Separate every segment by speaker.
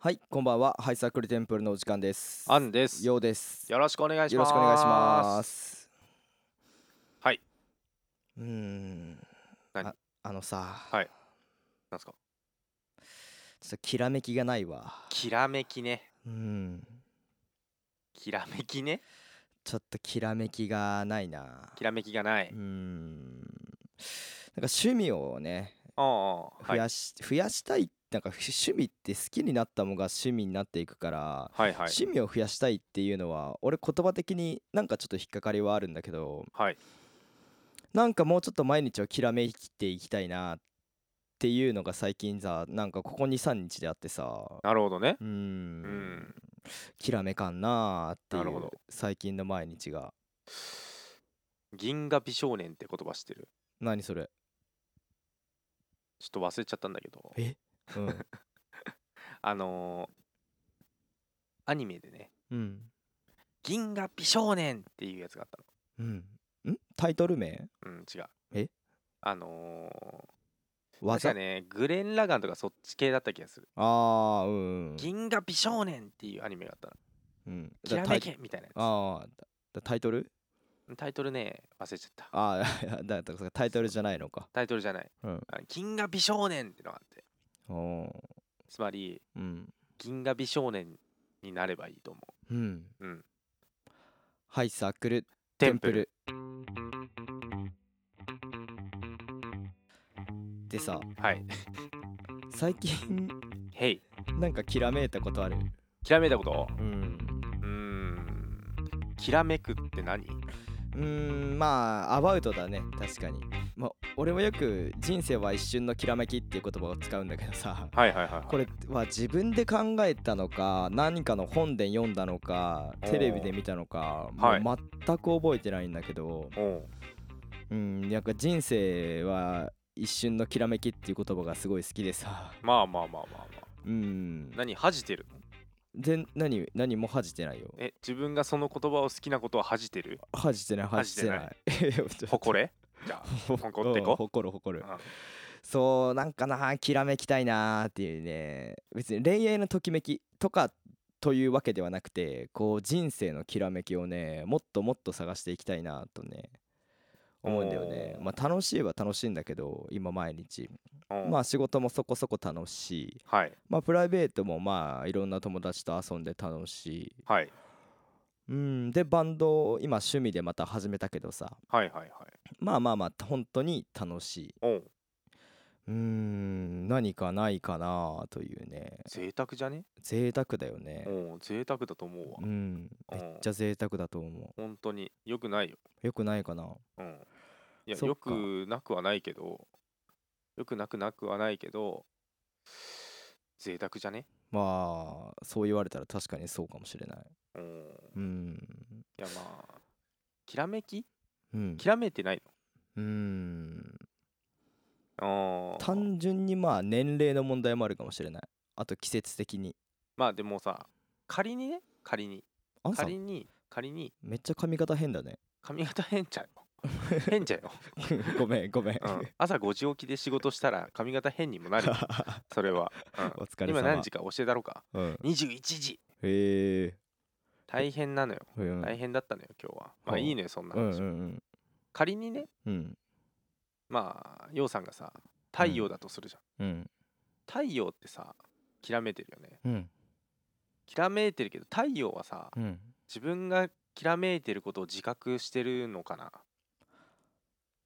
Speaker 1: はい、こんばんは。ハイサークルテンプルのお時間です。
Speaker 2: アンです。よ
Speaker 1: ようです。
Speaker 2: ろしくお願いし
Speaker 1: よろ
Speaker 2: ます。
Speaker 1: しくお願いしま。す。
Speaker 2: はい。
Speaker 1: うーん。
Speaker 2: 何
Speaker 1: ああのさ、
Speaker 2: はいなんす
Speaker 1: ち
Speaker 2: か。
Speaker 1: ょっときらめきがないわ。
Speaker 2: きらめきね。
Speaker 1: うん。
Speaker 2: きらめきね。
Speaker 1: ちょっときらめきがないな。
Speaker 2: きらめきがないう
Speaker 1: ー。ん。なんか趣味をね、
Speaker 2: ああ、は
Speaker 1: 増
Speaker 2: い。
Speaker 1: やし、増やしたい。なんか趣味って好きになったものが趣味になっていくから、
Speaker 2: はいはい。
Speaker 1: 趣味を増やしたいっていうのは、俺言葉的になんかちょっと引っかかりはあるんだけど、
Speaker 2: はい。
Speaker 1: なんかもうちょっと毎日をきらめいていきたいなっていうのが最近さなんかここ23日であってさ
Speaker 2: なるほどね。
Speaker 1: うーん
Speaker 2: うん。
Speaker 1: きらめかんなーってい
Speaker 2: なるほ
Speaker 1: う
Speaker 2: ど
Speaker 1: 最近の毎日が
Speaker 2: 銀河美少年って言葉知ってる。
Speaker 1: 何それ
Speaker 2: ちょっと忘れちゃったんだけど。
Speaker 1: え うん、
Speaker 2: あのー、アニメでね。
Speaker 1: うん
Speaker 2: 銀河美少年っていうやつがあっ
Speaker 1: うん、んタイトル名
Speaker 2: たの。うん、違う。
Speaker 1: え
Speaker 2: あのー、確
Speaker 1: 技
Speaker 2: かね、グレン・ラガンとかそっち系だった気がする。
Speaker 1: ああうん
Speaker 2: 銀河美少年っていうアニメがあったの。
Speaker 1: うん
Speaker 2: きら
Speaker 1: タ
Speaker 2: め
Speaker 1: イ
Speaker 2: けみたいなや
Speaker 1: あーだタイトル
Speaker 2: つ。タイトルね、忘れちゃった。
Speaker 1: ああ だだからタイトルじゃないのか
Speaker 2: タイトルじゃない、
Speaker 1: うん
Speaker 2: あの銀河美少年ってのがあって
Speaker 1: おー
Speaker 2: つまり
Speaker 1: うん
Speaker 2: 銀河美少年になればいいと思
Speaker 1: うん
Speaker 2: う、うん、
Speaker 1: はいサークル
Speaker 2: テンプル
Speaker 1: でさ
Speaker 2: はい
Speaker 1: 最近
Speaker 2: へい
Speaker 1: なんかきらめいたことある
Speaker 2: きらめいたこと
Speaker 1: うん
Speaker 2: うーんきらめくって何
Speaker 1: うーんまあアバウトだね確かにまあ俺もよく「人生は一瞬のきらめき」っていう言葉を使うんだけどさ
Speaker 2: はいはいはい、はい、
Speaker 1: これは自分で考えたのか何かの本で読んだのかテレビで見たのかも
Speaker 2: はいう
Speaker 1: 全く覚えてないんだけど、
Speaker 2: お
Speaker 1: う
Speaker 2: う
Speaker 1: んなんか人生は一瞬のきらめきっていう言葉がすごい好きでさ
Speaker 2: まあまあまあまあまあ
Speaker 1: うん
Speaker 2: 何恥じてるの
Speaker 1: で何何も恥じてないよ
Speaker 2: え自分がその言葉を好きなことは恥じてる
Speaker 1: 恥じてない恥じてない
Speaker 2: 誇れじゃあ誇ってこ
Speaker 1: うん誇る誇る
Speaker 2: うん
Speaker 1: そうなんかなきらめきたいなーっていうね別に恋愛のときめきとかというわけではなくてこう人生のきらめきをねもっともっと探していきたいなとね思うんだよね
Speaker 2: おー
Speaker 1: まあ楽しいは楽しいんだけど今毎日
Speaker 2: おう
Speaker 1: まあ仕事もそこそこ楽しい
Speaker 2: はい
Speaker 1: まあプライベートもまあいろんな友達と遊んで楽しい
Speaker 2: はい
Speaker 1: うんでバンドを今趣味でまた始めたけどさ
Speaker 2: はいはいはい
Speaker 1: まあまあまあ本当に楽しい
Speaker 2: おう
Speaker 1: うーん何かないかなというね
Speaker 2: 贅沢じゃね
Speaker 1: 贅沢だよね
Speaker 2: おう贅沢だと思うわ
Speaker 1: うん
Speaker 2: う
Speaker 1: め
Speaker 2: ん
Speaker 1: っちゃ贅沢だと思
Speaker 2: 本当によくないよ
Speaker 1: うよくないかな
Speaker 2: うん、いや
Speaker 1: そっ
Speaker 2: よ
Speaker 1: か
Speaker 2: くなくはないけどよくなくなくはないけど贅沢じゃね
Speaker 1: まあそう言われたら確かにそうかもしれない
Speaker 2: うん
Speaker 1: うん
Speaker 2: いやまあきらめき
Speaker 1: うん
Speaker 2: きらめいてない
Speaker 1: うん
Speaker 2: のあー
Speaker 1: 単純にまあ年齢の問題もあるかもしれないあと季節的に
Speaker 2: まあでもさ仮にね仮に
Speaker 1: あんさん
Speaker 2: 仮に仮に
Speaker 1: めっちゃ髪型変だね
Speaker 2: 髪型変ちゃう変じゃよ、
Speaker 1: ごめんごめん、
Speaker 2: うん、朝5時起きで仕事したら髪型変にもなるよそれは、
Speaker 1: お
Speaker 2: う
Speaker 1: 疲
Speaker 2: ん、
Speaker 1: れ様
Speaker 2: 今何時か教えだろうか
Speaker 1: うん、
Speaker 2: 21時
Speaker 1: へえ
Speaker 2: 大変なのよ
Speaker 1: うん
Speaker 2: 大変だったのよ今日は
Speaker 1: ほ
Speaker 2: まあ
Speaker 1: う
Speaker 2: いいのよそんな
Speaker 1: う
Speaker 2: 話、
Speaker 1: んうん
Speaker 2: 仮にね
Speaker 1: うんうん
Speaker 2: まあ陽さんがさ太陽だとするじゃん、
Speaker 1: うん
Speaker 2: 太陽ってさきらめいてるよね
Speaker 1: うん
Speaker 2: きらめいてるけど太陽はさ
Speaker 1: うん
Speaker 2: 自分がきらめいてることを自覚してるのかな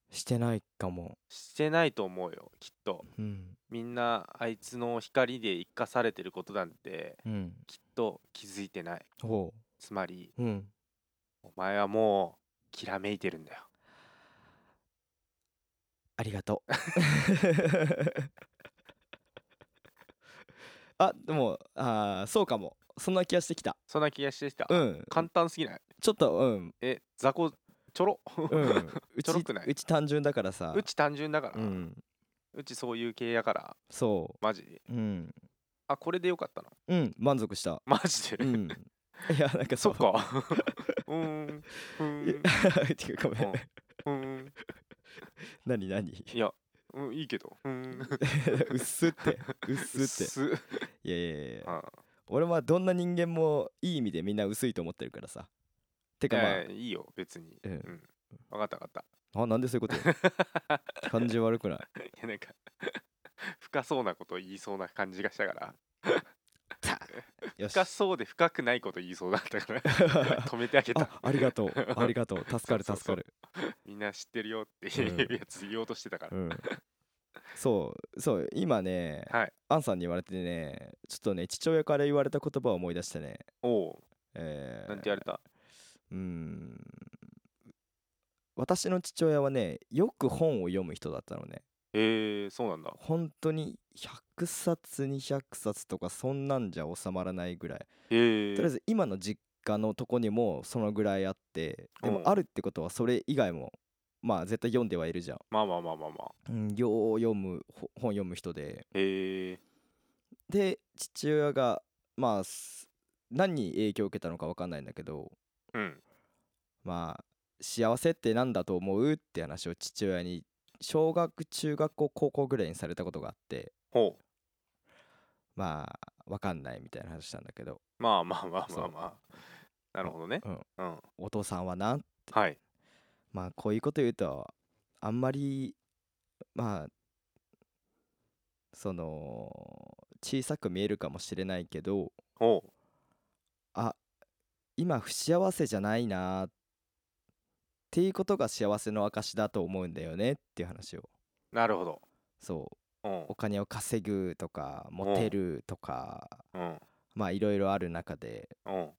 Speaker 1: してないかも
Speaker 2: してないと思うよきっと
Speaker 1: うん
Speaker 2: みんなあいつの光で生かされてることなんて
Speaker 1: うん
Speaker 2: きっと気づいてない
Speaker 1: ほ
Speaker 2: つまり
Speaker 1: ううん
Speaker 2: お前はもうきらめいてるんだよ
Speaker 1: ありがとう。 あでもあーそうかもそんな気がしてきた
Speaker 2: そんな気がしてきた、
Speaker 1: うん
Speaker 2: 簡単すぎない
Speaker 1: ちょっと うん
Speaker 2: え雑魚ちょろ、
Speaker 1: うんう
Speaker 2: ちょろ
Speaker 1: ち
Speaker 2: くないう
Speaker 1: ち単純だからさ
Speaker 2: うち単純だから、
Speaker 1: う
Speaker 2: うんちそういう系やから
Speaker 1: そ
Speaker 2: マジ
Speaker 1: ううん
Speaker 2: あこれでよかったの
Speaker 1: うん満足した
Speaker 2: マジ
Speaker 1: う
Speaker 2: で、
Speaker 1: んいやなんか
Speaker 2: そ
Speaker 1: さ
Speaker 2: っか うーんう
Speaker 1: いや
Speaker 2: ーん
Speaker 1: てかごめん
Speaker 2: うんうん
Speaker 1: 何何
Speaker 2: いやうんいいけどうん
Speaker 1: うっすってうっ
Speaker 2: うっ
Speaker 1: すって
Speaker 2: す
Speaker 1: いやいやいや
Speaker 2: うん
Speaker 1: 俺はどんな人間もいい意味でみんな薄いと思ってるからさてかまあ、
Speaker 2: いやいやいいよ別に
Speaker 1: うん
Speaker 2: 分かった分かっ
Speaker 1: あなんでそういうこと言 う感じ悪くない
Speaker 2: たいやなんか 深そうなこと言いそうな感じがしたから
Speaker 1: よし
Speaker 2: 深そうで深くないこと言いそうだっ たから止めてあげた
Speaker 1: あありが とうありがとう助かる
Speaker 2: そ
Speaker 1: 助か
Speaker 2: うそうそう
Speaker 1: る
Speaker 2: みんな知ってるよっていうやつ言おうとしてたから、
Speaker 1: うんそうそう今ね、
Speaker 2: はい
Speaker 1: アンさんに言われてねちょっとね父親から言われた言葉を思い出してね
Speaker 2: おお
Speaker 1: え
Speaker 2: う
Speaker 1: ー
Speaker 2: なんて言われた
Speaker 1: うーん私の父親はねよく本を読む人だったのね
Speaker 2: えー、そうなんだ
Speaker 1: 本当に100冊200冊とかそんなんじゃ収まらないぐらい
Speaker 2: えー、
Speaker 1: とりあえず今の実家のとこにもそのぐらいあってでも
Speaker 2: うん
Speaker 1: あるってことはそれ以外もまあ絶対読んではいるじゃん、
Speaker 2: まあまあまあまあまあ
Speaker 1: うん、よう読むほ本読む人で
Speaker 2: えー、
Speaker 1: で父親がまあす何に影響を受けたのか分かんないんだけど
Speaker 2: うん
Speaker 1: まあ幸せってなんだと思うって話を父親に小学中学校高校ぐらいにされたことがあって
Speaker 2: ほう
Speaker 1: まあ分かんないみたいな話したんだけど、
Speaker 2: まあまあまあ
Speaker 1: そ
Speaker 2: まあ
Speaker 1: う
Speaker 2: まあなるほどね
Speaker 1: うん、
Speaker 2: うん
Speaker 1: お父さんはな
Speaker 2: はい
Speaker 1: まあこういうこと言うとあんまりまあその小さく見えるかもしれないけど
Speaker 2: ほう
Speaker 1: あ今不幸せじゃないなっていうことが幸せの証だと思うんだよねっていう話を
Speaker 2: なるほど
Speaker 1: そう
Speaker 2: うん
Speaker 1: お金を稼ぐとかモテるとか
Speaker 2: うん
Speaker 1: まあいろいろある中で
Speaker 2: うん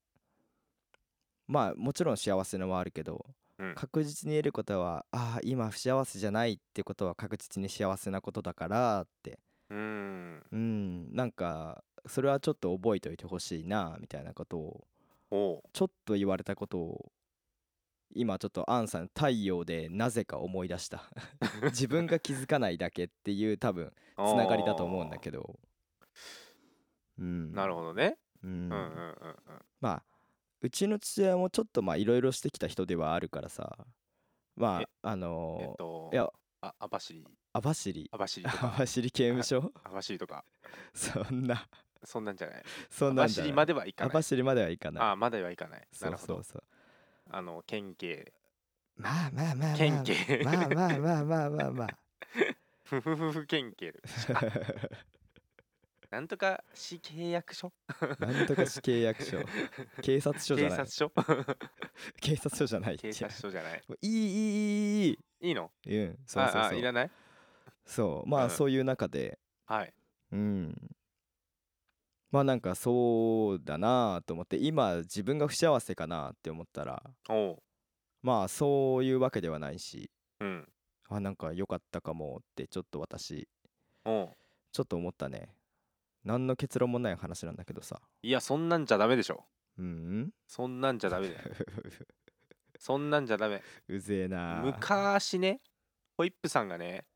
Speaker 1: まあもちろん幸せのはあるけど、
Speaker 2: うん
Speaker 1: 確実に得ることはああ今不幸せじゃないってことは確実に幸せなことだからって
Speaker 2: うーん
Speaker 1: うんなんかそれはちょっと覚えておいてほしいなみたいなことを
Speaker 2: ほう
Speaker 1: ちょっと言われたことを今ちょっとアンさん太陽でなぜか思い出した 自分が気づかないだけっていう多分つながりだと思うんだけどうん
Speaker 2: なるほどね
Speaker 1: う
Speaker 2: うんんうんうんうん
Speaker 1: まあうちの父親もちょっとまあいろいろしてきた人ではあるからさま
Speaker 2: え
Speaker 1: ああ
Speaker 2: えっ
Speaker 1: の
Speaker 2: と、
Speaker 1: いや
Speaker 2: あ、網走、
Speaker 1: 網走
Speaker 2: 網走 と
Speaker 1: 網
Speaker 2: か、
Speaker 1: 走刑務所
Speaker 2: 網走とか、
Speaker 1: そんな
Speaker 2: そんなんじゃない。
Speaker 1: そん
Speaker 2: 網
Speaker 1: なんじゃ
Speaker 2: 走ま
Speaker 1: ない
Speaker 2: ではいか
Speaker 1: 網
Speaker 2: ない。
Speaker 1: 走まではいかない
Speaker 2: あまではいかない。
Speaker 1: そう
Speaker 2: なるほ
Speaker 1: そ
Speaker 2: ど
Speaker 1: う。そう
Speaker 2: あの、県警。
Speaker 1: まあまあまあまあ
Speaker 2: 県警。
Speaker 1: まあまあまあまあまあまあ
Speaker 2: ふふふふ県警。なんとか市契約書
Speaker 1: なんとか市契約所警察署じ
Speaker 2: 警
Speaker 1: ゃない
Speaker 2: 察署
Speaker 1: 警察署じゃない
Speaker 2: 警察署じゃない。
Speaker 1: もういいいいいいい
Speaker 2: いいの
Speaker 1: いうんそうそう
Speaker 2: ああ、
Speaker 1: そ
Speaker 2: いうらない
Speaker 1: そうま
Speaker 2: う
Speaker 1: あ
Speaker 2: ん
Speaker 1: そういう中で
Speaker 2: はい。
Speaker 1: うんまあなんかそうだなと思って今自分が不幸せかなって思ったら
Speaker 2: おう。
Speaker 1: まあそういうわけではないし
Speaker 2: うん。
Speaker 1: あなんか良かったかもってちょっと私
Speaker 2: おう。
Speaker 1: ちょっと思ったね何の結論もない話なんだけどさ
Speaker 2: いや、そんなんじゃダメでしょ。
Speaker 1: うん
Speaker 2: そんなんじゃダ メだよ。そんなんじゃダメ。
Speaker 1: うぜえな
Speaker 2: 昔ねホイップさんがね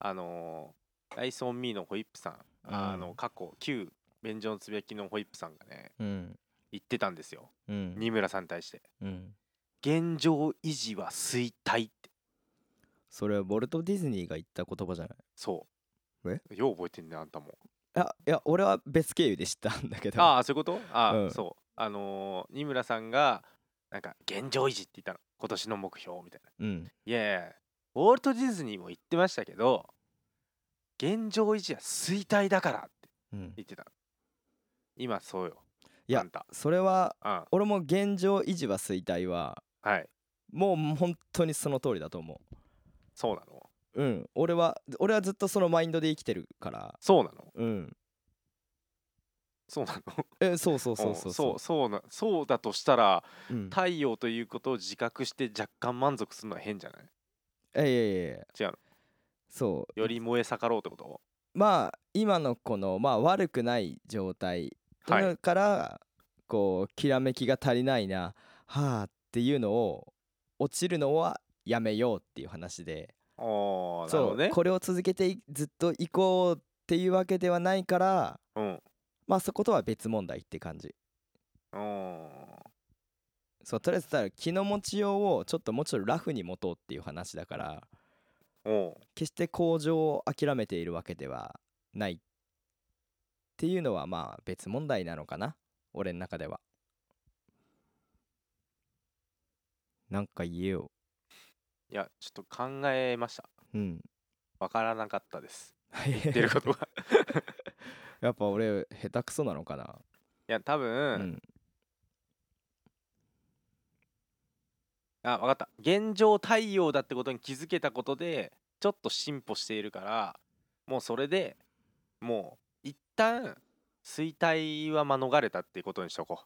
Speaker 2: あのー、ライスオンミーのホイップさん、あ
Speaker 1: う
Speaker 2: の
Speaker 1: ん
Speaker 2: 過去旧便所のつぶやきのホイップさんがね
Speaker 1: うん
Speaker 2: 言ってたんですよ
Speaker 1: うん
Speaker 2: 二村さんに対して
Speaker 1: うん
Speaker 2: 現状維持は衰退って
Speaker 1: それはボルト・ディズニーが言った言葉じゃない
Speaker 2: そう
Speaker 1: え
Speaker 2: よう覚えてんねあんたも
Speaker 1: いやいや俺は別経由で知ったんだけど
Speaker 2: ああそういうことああ、
Speaker 1: うん
Speaker 2: そうあのー、二村さんがなんか現状維持って言ったの今年の目標みたいな
Speaker 1: うん
Speaker 2: いやいやウォルト・ディズニーも言ってましたけど現状維持は衰退だからって
Speaker 1: うん
Speaker 2: 言ってた今そうよ
Speaker 1: いや
Speaker 2: あんた
Speaker 1: それは
Speaker 2: うん
Speaker 1: 俺も現状維持は衰退は
Speaker 2: はい
Speaker 1: もう本当にその通りだと思
Speaker 2: そうなの
Speaker 1: ううん俺は俺はずっとそのマインドで生きてるから
Speaker 2: そうなの
Speaker 1: うん
Speaker 2: そうなの
Speaker 1: えそう そうそうそ
Speaker 2: ん
Speaker 1: うそ
Speaker 2: そうそうなそうだとしたら
Speaker 1: ううん
Speaker 2: 太陽ということを自覚して若干満足するのは変じゃない
Speaker 1: えいやいやいや
Speaker 2: 違うの
Speaker 1: そ
Speaker 2: より燃え盛ろうってこと
Speaker 1: うまあ今のこのまあ悪くない状態と
Speaker 2: はい
Speaker 1: いうのから、こうきらめきが足りないなはあっていうのを落ちるのはやめようっていう話で
Speaker 2: ああなるほ
Speaker 1: そ
Speaker 2: ど
Speaker 1: う、
Speaker 2: ね
Speaker 1: これを続けていずっと行こうっていうわけではないから
Speaker 2: うん
Speaker 1: まあそことは別問題って感じ
Speaker 2: うん
Speaker 1: そうとりあえずだから気の持ちようをちょっともうちょっとラフに持とうっていう話だから
Speaker 2: うん
Speaker 1: 決して向上を諦めているわけではないっっていうのはまあ別問題なのかな俺の中ではなんか言えよ
Speaker 2: いやちょっと考えました
Speaker 1: うん
Speaker 2: わからなかったです言ってることが
Speaker 1: やっぱ俺下手くそなのかない
Speaker 2: や多分、
Speaker 1: うん
Speaker 2: あ分かった現状対応だってことに気づけたことでちょっと進歩しているからもうそれでもう一旦衰退は免れたっていうことにしとこ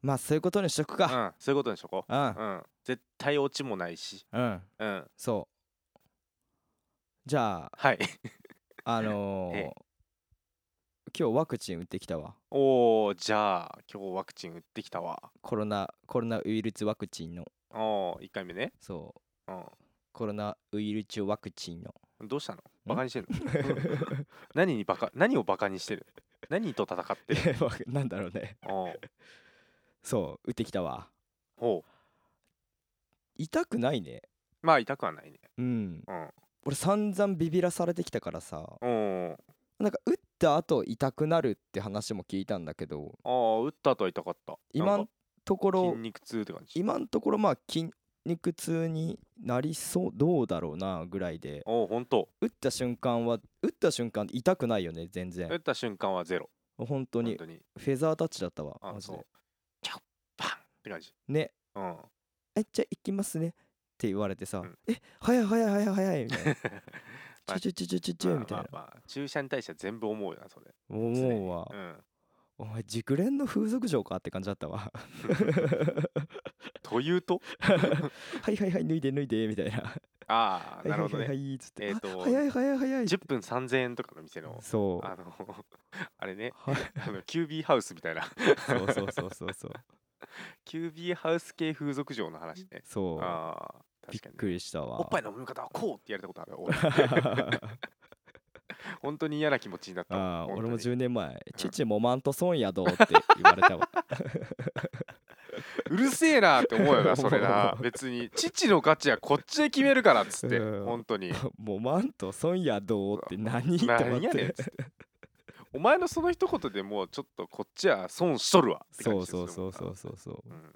Speaker 1: まあそういうことにしとく
Speaker 2: う、う
Speaker 1: か
Speaker 2: ん、そういうことにしとこ
Speaker 1: うん
Speaker 2: う、うん、絶対落ちもないし、
Speaker 1: うん
Speaker 2: うん、
Speaker 1: そうじゃあ
Speaker 2: はい
Speaker 1: あのー
Speaker 2: ええ
Speaker 1: 今日ワクチン打ってきたわ
Speaker 2: おおじゃあ今日ワクチン打ってきたわ
Speaker 1: コロナコロナウイルスワクチンの
Speaker 2: おお1回目ね、
Speaker 1: そう
Speaker 2: う
Speaker 1: コロナウイルスワクチンの
Speaker 2: ん、どうしたのバカにしてるのうん何にバカ何をバカにしてる何と戦っ てる
Speaker 1: なんだろうね
Speaker 2: おー
Speaker 1: そう打ってきたわ
Speaker 2: おう
Speaker 1: 痛くないね
Speaker 2: まあ痛くはないね
Speaker 1: うん
Speaker 2: うん
Speaker 1: 俺散々ビビらされてきたからさ
Speaker 2: うん
Speaker 1: なんか打った後痛くなるって話も聞いたんだけど
Speaker 2: ああ打ったとは痛かった
Speaker 1: 今
Speaker 2: なん
Speaker 1: ん
Speaker 2: か
Speaker 1: ところ
Speaker 2: 筋肉痛って感じ
Speaker 1: 今んところまあ筋肉痛になりそうどうだろうなぐらいで
Speaker 2: おお本当
Speaker 1: 打った瞬間は打った瞬間痛くないよね全
Speaker 2: 打
Speaker 1: 然
Speaker 2: った瞬間はゼロ
Speaker 1: 本当
Speaker 2: 本
Speaker 1: に
Speaker 2: 当に
Speaker 1: フェザータッチだったわ
Speaker 2: あ
Speaker 1: マジ
Speaker 2: そ
Speaker 1: で
Speaker 2: うチャッパンって感じ
Speaker 1: ね
Speaker 2: うん
Speaker 1: えじゃあ行きますねって言われてさ、
Speaker 2: うん
Speaker 1: え早い早い早い早いみたいな
Speaker 2: まあ
Speaker 1: ちょちょちょちょちょ
Speaker 2: まあ
Speaker 1: みたいな、
Speaker 2: まあまあ注射に対しては全部思うよなそれ常
Speaker 1: 思
Speaker 2: に
Speaker 1: うわ、
Speaker 2: うん
Speaker 1: お前熟練の風俗嬢かって感じだったわ
Speaker 2: というと
Speaker 1: はいはいはい脱いで脱いでみたいな
Speaker 2: ああなるほど
Speaker 1: はいは
Speaker 2: ね
Speaker 1: いはいっつって、
Speaker 2: えーと
Speaker 1: あ早い早い早い
Speaker 2: 10分3000円とかの店の
Speaker 1: そう
Speaker 2: あの あれね
Speaker 1: はい
Speaker 2: あのキュービーハウスみたいな
Speaker 1: そうそうそうそうそう
Speaker 2: キュービーハウス系風俗嬢の話ね
Speaker 1: そう
Speaker 2: ああ
Speaker 1: び
Speaker 2: 確か
Speaker 1: っ
Speaker 2: にね
Speaker 1: くりしたわ
Speaker 2: おっぱいの飲み方はこうってやれたことある俺本当に嫌な気持ちになったも ん
Speaker 1: ああ
Speaker 2: 本当
Speaker 1: 俺も
Speaker 2: に
Speaker 1: 10年前「父もまんと損やど」って言われたわ
Speaker 2: うるせえなって思うよ
Speaker 1: 思
Speaker 2: な
Speaker 1: う
Speaker 2: それな別に父の価値はこっちで決めるからっつって
Speaker 1: うん
Speaker 2: 本当 に
Speaker 1: もうまんと損やどって何って思
Speaker 2: 何
Speaker 1: っ
Speaker 2: やねんってつってお前のその一言でもうちょっとこっちは損しとるわって感
Speaker 1: そう
Speaker 2: じする
Speaker 1: そう
Speaker 2: もんな
Speaker 1: そうそうそうそうう、
Speaker 2: ん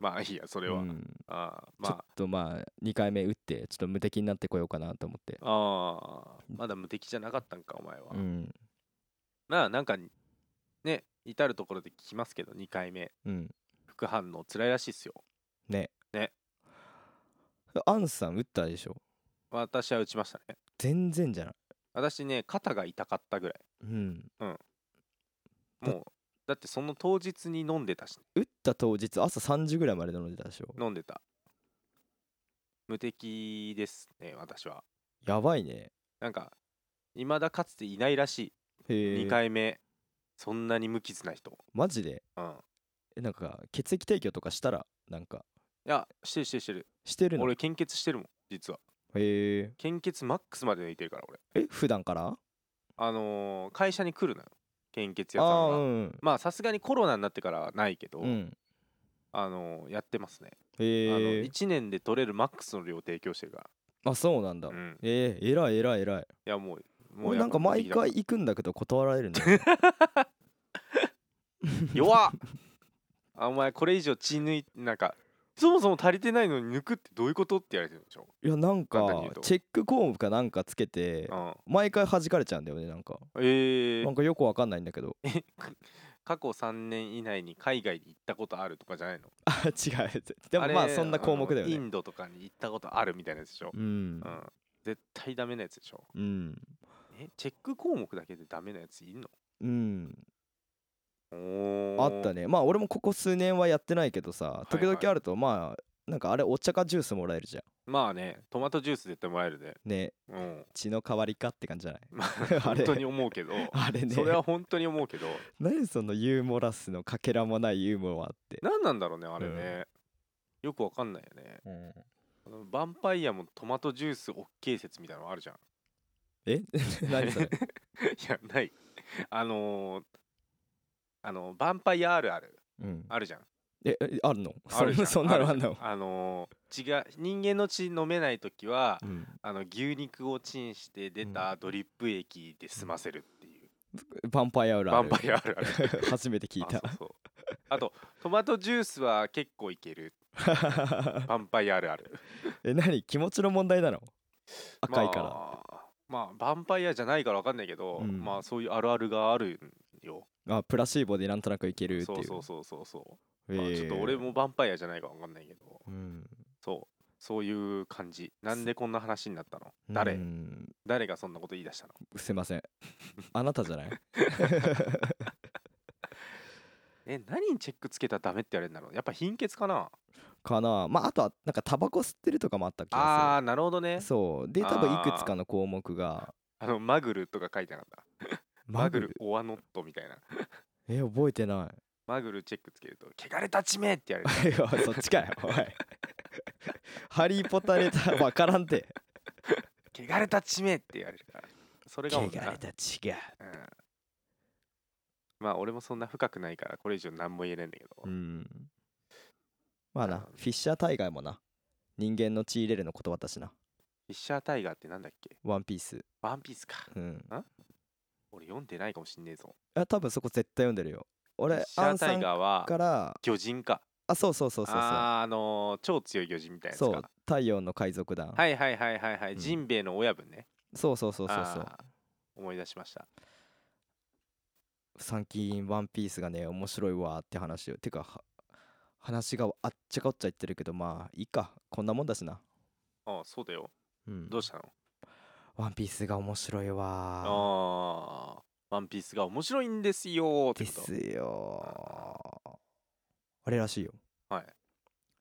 Speaker 2: まあいいやそれ
Speaker 1: う
Speaker 2: は
Speaker 1: ん、
Speaker 2: ああ
Speaker 1: ちょっ
Speaker 2: ま
Speaker 1: とまあ2回目打ってちょっと無敵になってこようかなと思って
Speaker 2: あああまだ無敵じゃなかったんかお前は
Speaker 1: うん
Speaker 2: まあなんかね至る所で聞きますけど2回目
Speaker 1: うん
Speaker 2: 副反応辛いらしいっすよ
Speaker 1: ね
Speaker 2: ね
Speaker 1: アンさん打ったでしょ
Speaker 2: 私は打ちましたね
Speaker 1: 全然じゃない
Speaker 2: 私ね肩が痛かったぐらい
Speaker 1: うんだ
Speaker 2: もうだってその当日に飲んでたしね
Speaker 1: 打った当日朝3時ぐらいまで飲んでたでしょ
Speaker 2: 飲んでた無敵ですね私は
Speaker 1: やばいね
Speaker 2: なんか未だかつていないらしい、
Speaker 1: へ
Speaker 2: 2
Speaker 1: え
Speaker 2: 回目そんなに無傷な人
Speaker 1: マジで
Speaker 2: うん
Speaker 1: えなんか血液提供とかしたらなんか
Speaker 2: いやしてるしてるしてる
Speaker 1: してるの
Speaker 2: 俺献血してるもん実は
Speaker 1: へえ
Speaker 2: 献血マックスまで抜いてるから俺
Speaker 1: え普段から
Speaker 2: あのー会社に来るのよ献血屋
Speaker 1: あ
Speaker 2: さ
Speaker 1: あ
Speaker 2: んが、
Speaker 1: うん
Speaker 2: まあさすがにコロナになってからはないけど、
Speaker 1: うん
Speaker 2: あのーやってますね、あの
Speaker 1: へえ
Speaker 2: 1年で取れるマックスの量を提供してるから
Speaker 1: あそうなんだ
Speaker 2: うん
Speaker 1: ええ偉い偉い偉い
Speaker 2: いやもうもう
Speaker 1: 俺
Speaker 2: や
Speaker 1: な
Speaker 2: っ
Speaker 1: ん
Speaker 2: ぱ
Speaker 1: か毎
Speaker 2: 無敵だら
Speaker 1: 回行くんだけど断られるんだ よね
Speaker 2: 弱っあお前これ以上血抜いなんかそもそも足りてないのに抜くってどういうことって言われてるんでしょ、
Speaker 1: いやなんか
Speaker 2: 簡単に言うと
Speaker 1: チェック項目かなんかつけて
Speaker 2: うん、
Speaker 1: 毎回弾かれちゃうんだよねなんか
Speaker 2: え
Speaker 1: なん
Speaker 2: ー、
Speaker 1: かよくわかんないんだけど
Speaker 2: 過去3年以内に海外に行ったことあるとかじゃないの
Speaker 1: あ違うでもまあ
Speaker 2: れ
Speaker 1: そんな項目だよ
Speaker 2: あのイ
Speaker 1: ね
Speaker 2: ンドとかに行ったことあるみたいなやつでしょ、
Speaker 1: うん
Speaker 2: うん、絶対ダメなやつでしょ
Speaker 1: うん
Speaker 2: えチェック項目だけでダメなやついんの
Speaker 1: うん
Speaker 2: お
Speaker 1: あった
Speaker 2: ね
Speaker 1: ねまあ俺もここ数年はやってないけどさ
Speaker 2: いは
Speaker 1: 時
Speaker 2: い
Speaker 1: 々あるとまあなんかあれお茶かジュースもらえるじゃ
Speaker 2: まあねトマトジュース絶対もらえるで
Speaker 1: んね
Speaker 2: うん
Speaker 1: 血の代わりかって感じじゃ ない
Speaker 2: まあ
Speaker 1: あれ
Speaker 2: 本当に思うけど
Speaker 1: あ れね
Speaker 2: それは本当に思うけど
Speaker 1: 何そのユーモラスのかけらもないユーモアって、
Speaker 2: 何なんだろうねあれね、よくわかんないよねあのヴァンパイアもトマトジュース OK 説みたいなのあるじゃん
Speaker 1: え 何それ
Speaker 2: いやないあのーあのヴァンパイアあるある
Speaker 1: うん
Speaker 2: あるじゃん
Speaker 1: ええあるの
Speaker 2: あるじゃん
Speaker 1: そん なそんなのあん
Speaker 2: るじゃ
Speaker 1: の
Speaker 2: あのー血が人間の血飲めない時は
Speaker 1: うん
Speaker 2: あの牛肉をチンして出たドリップ液で済ませるっていう
Speaker 1: ヴァンパイアある
Speaker 2: バ
Speaker 1: あ
Speaker 2: ン
Speaker 1: る
Speaker 2: パイアあるあ る
Speaker 1: 初めて聞いた
Speaker 2: あそうそうあとトマトジュースは結構い けるバンパイアあるある
Speaker 1: え何気持ちの問題なの赤いから、
Speaker 2: まあ、まあヴァンパイアじゃないから分かんないけど、
Speaker 1: うん
Speaker 2: まあそういうあるあるがあるんよ
Speaker 1: あプラシーボでなんとなくいけるって
Speaker 2: そ
Speaker 1: いうう
Speaker 2: そうそうそうそう、
Speaker 1: え
Speaker 2: まあちょっと俺もヴァンパイアじゃないか分かんないけど
Speaker 1: うん
Speaker 2: そうそういう感じなんでこんな話になったの誰、
Speaker 1: うん
Speaker 2: 誰がそんなこと言い出したの
Speaker 1: すいません あなたじゃない
Speaker 2: え何にチェックつけたらダメって言われるんだろうやっぱ貧血かな
Speaker 1: かなまああとはなんかタバコ吸ってるとかもあった気
Speaker 2: あ
Speaker 1: が
Speaker 2: あなるほど
Speaker 1: す
Speaker 2: ね
Speaker 1: るそうで多分いくつかの項目が
Speaker 2: あのマグルとか書いてなかったマグルオアノットみたいな
Speaker 1: え覚えてない
Speaker 2: マグルチェックつけると「汚れた地名」って言われる
Speaker 1: い やそっちかよおい ハリー・ポタレタ わからんて
Speaker 2: 「汚れた地名」って言われるからそれが
Speaker 1: 汚
Speaker 2: も
Speaker 1: れ
Speaker 2: うな
Speaker 1: た血が
Speaker 2: うんまあ俺もそんな深くないからこれ以上何も言えないんだけど、
Speaker 1: うんまあな
Speaker 2: あの
Speaker 1: フィッシャータイガーもな人間の血入れるの言葉だしな
Speaker 2: フィッシャータイガーってなんだっけ
Speaker 1: ワンピース
Speaker 2: ワンピースか
Speaker 1: うん
Speaker 2: 俺読んでないかもしんねえぞ
Speaker 1: あ多分そこ絶対読んでるよ
Speaker 2: フィ
Speaker 1: 俺
Speaker 2: ッシ
Speaker 1: ア
Speaker 2: ャ
Speaker 1: ン
Speaker 2: ー
Speaker 1: さ
Speaker 2: タイ
Speaker 1: ん
Speaker 2: ガーは
Speaker 1: から
Speaker 2: 魚人か
Speaker 1: あそうそうそうそうそう
Speaker 2: あーあのー超強い魚人みたいなやつ
Speaker 1: そう
Speaker 2: か
Speaker 1: 太陽の海賊団、
Speaker 2: はいはいはいはいはい、
Speaker 1: うん
Speaker 2: ジンベエの親分ね
Speaker 1: そうそうそうそうそう
Speaker 2: あー思い出しました
Speaker 1: 最近ワンピースがね面白いわって話をてかは話があっちゃかおっちゃ言ってるけどまあいいかこんなもんだしな、
Speaker 2: ああそうだよ
Speaker 1: うん、
Speaker 2: どうしたの
Speaker 1: ワンピースが面白いわー
Speaker 2: ああワンピースが面白いんですよーって
Speaker 1: で
Speaker 2: こと
Speaker 1: すよーあれらしいよ
Speaker 2: はい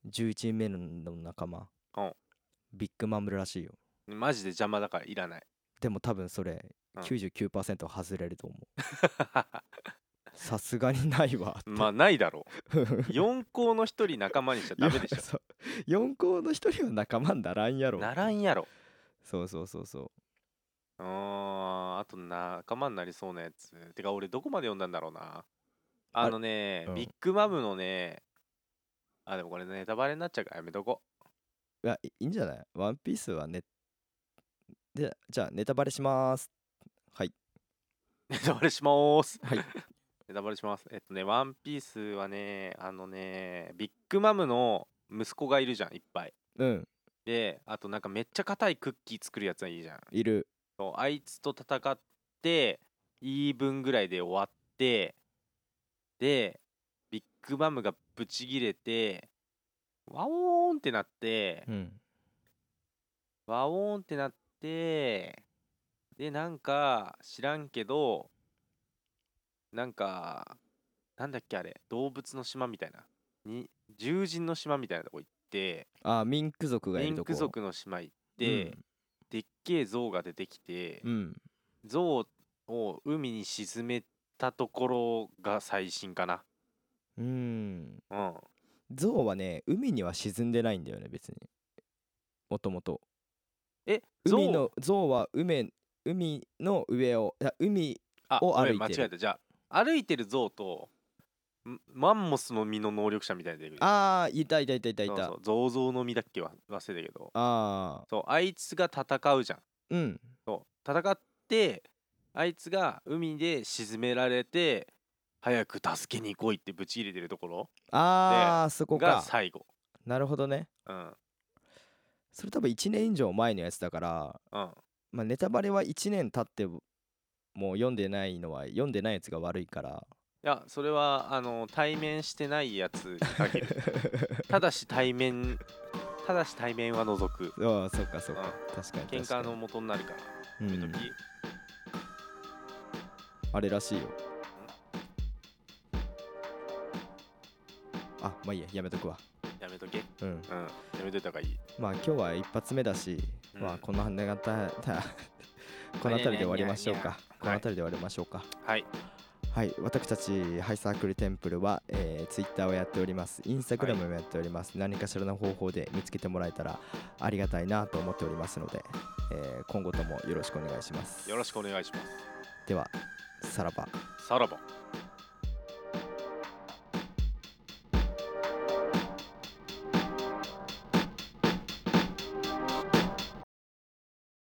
Speaker 1: 11人目の仲間
Speaker 2: うん
Speaker 1: ビッグマムらしいよ
Speaker 2: マジで邪魔だからいら ない
Speaker 1: でも多分それ
Speaker 2: うん
Speaker 1: 99%外れると思うさすがにないわって
Speaker 2: まあないだろう四校の一人仲間にしちゃダメでしょ
Speaker 1: そう4校の1人は仲間にならんやろ
Speaker 2: ならんやろ
Speaker 1: そうそうそうそう
Speaker 2: うーんあと仲間になりそうなやつてか俺どこまで読んだんだろうなあのね
Speaker 1: うん
Speaker 2: ビッグマムのねあでもこれネタバレになっちゃうからやめとこ
Speaker 1: いやいいいんじゃないワンピースはねでじゃあネタバレしますはい、
Speaker 2: う ネタバレしまーす
Speaker 1: はい、
Speaker 2: ネタバレしますえっとねワンピースはねあのねビッグマムの息子がいるじゃんいっぱい
Speaker 1: うん
Speaker 2: であとなんかめっちゃ硬いクッキー作るやつはいいじゃん
Speaker 1: いる
Speaker 2: そうあいつと戦ってイーブンぐらいで終わってでビッグマムがブチギレてワオーンってなって
Speaker 1: うん
Speaker 2: ワオーンってなってでなんか知らんけどなんかなんだっけあれ動物の島みたいなに獣人の島みたいなとこ行って
Speaker 1: あミンク族がい
Speaker 2: リ
Speaker 1: る
Speaker 2: ン
Speaker 1: とこ
Speaker 2: ク族の島行って、でっけえ像が出てきて、
Speaker 1: うん、うん
Speaker 2: 象を海に沈めたところが最新かな
Speaker 1: うん
Speaker 2: うん
Speaker 1: ゾウはね海には沈んでないんだよね別にもともと
Speaker 2: え象
Speaker 1: 海のゾウは海海の上をいや海
Speaker 2: あ
Speaker 1: を
Speaker 2: ごめん
Speaker 1: 歩いてる
Speaker 2: 間違えたじゃあ歩いてる象とんマンモスの実の能力者みたいなの出てくる
Speaker 1: ああいたいたいたいたい
Speaker 2: そう
Speaker 1: た
Speaker 2: そう象像の実だっけは忘れたけど
Speaker 1: ああ
Speaker 2: そうあいつが戦うじゃん
Speaker 1: うん
Speaker 2: そう戦ってあいつが海で沈められて早く助けに来いってぶち入れてるところ
Speaker 1: ああそこ
Speaker 2: が
Speaker 1: か
Speaker 2: 最後
Speaker 1: なるほどね
Speaker 2: うん
Speaker 1: それ多分1年以上前のやつだから、
Speaker 2: うん
Speaker 1: まあ、ネタバレは1年経ってももう読んでないのは読んでないやつが悪いから
Speaker 2: いやそれはあの対面してないやつに限る ただし対面ただし対面は除く
Speaker 1: ああそっかそっか確かに確かに
Speaker 2: 喧嘩の元になるから
Speaker 1: う
Speaker 2: そういう時
Speaker 1: ん、あれらしいよあまあいいややめとくわ
Speaker 2: やめとけ
Speaker 1: うん
Speaker 2: うんやめといた方がいい
Speaker 1: まあ今日は一発目だし、
Speaker 2: うん
Speaker 1: まあこの辺り この辺りで終わりましょう
Speaker 2: いやいやいやいや
Speaker 1: かこの辺りで終わりましょうか、
Speaker 2: はい
Speaker 1: はい、私たちハイサークルテンプルは、えー、Twitter をやっております、インスタグラムもやっております、何かしらの方法で見つけてもらえたらありがたいなと思っておりますので、えー今後ともよろしくお願いします。
Speaker 2: よろしくお願いしま
Speaker 1: では、さらば。
Speaker 2: すさらば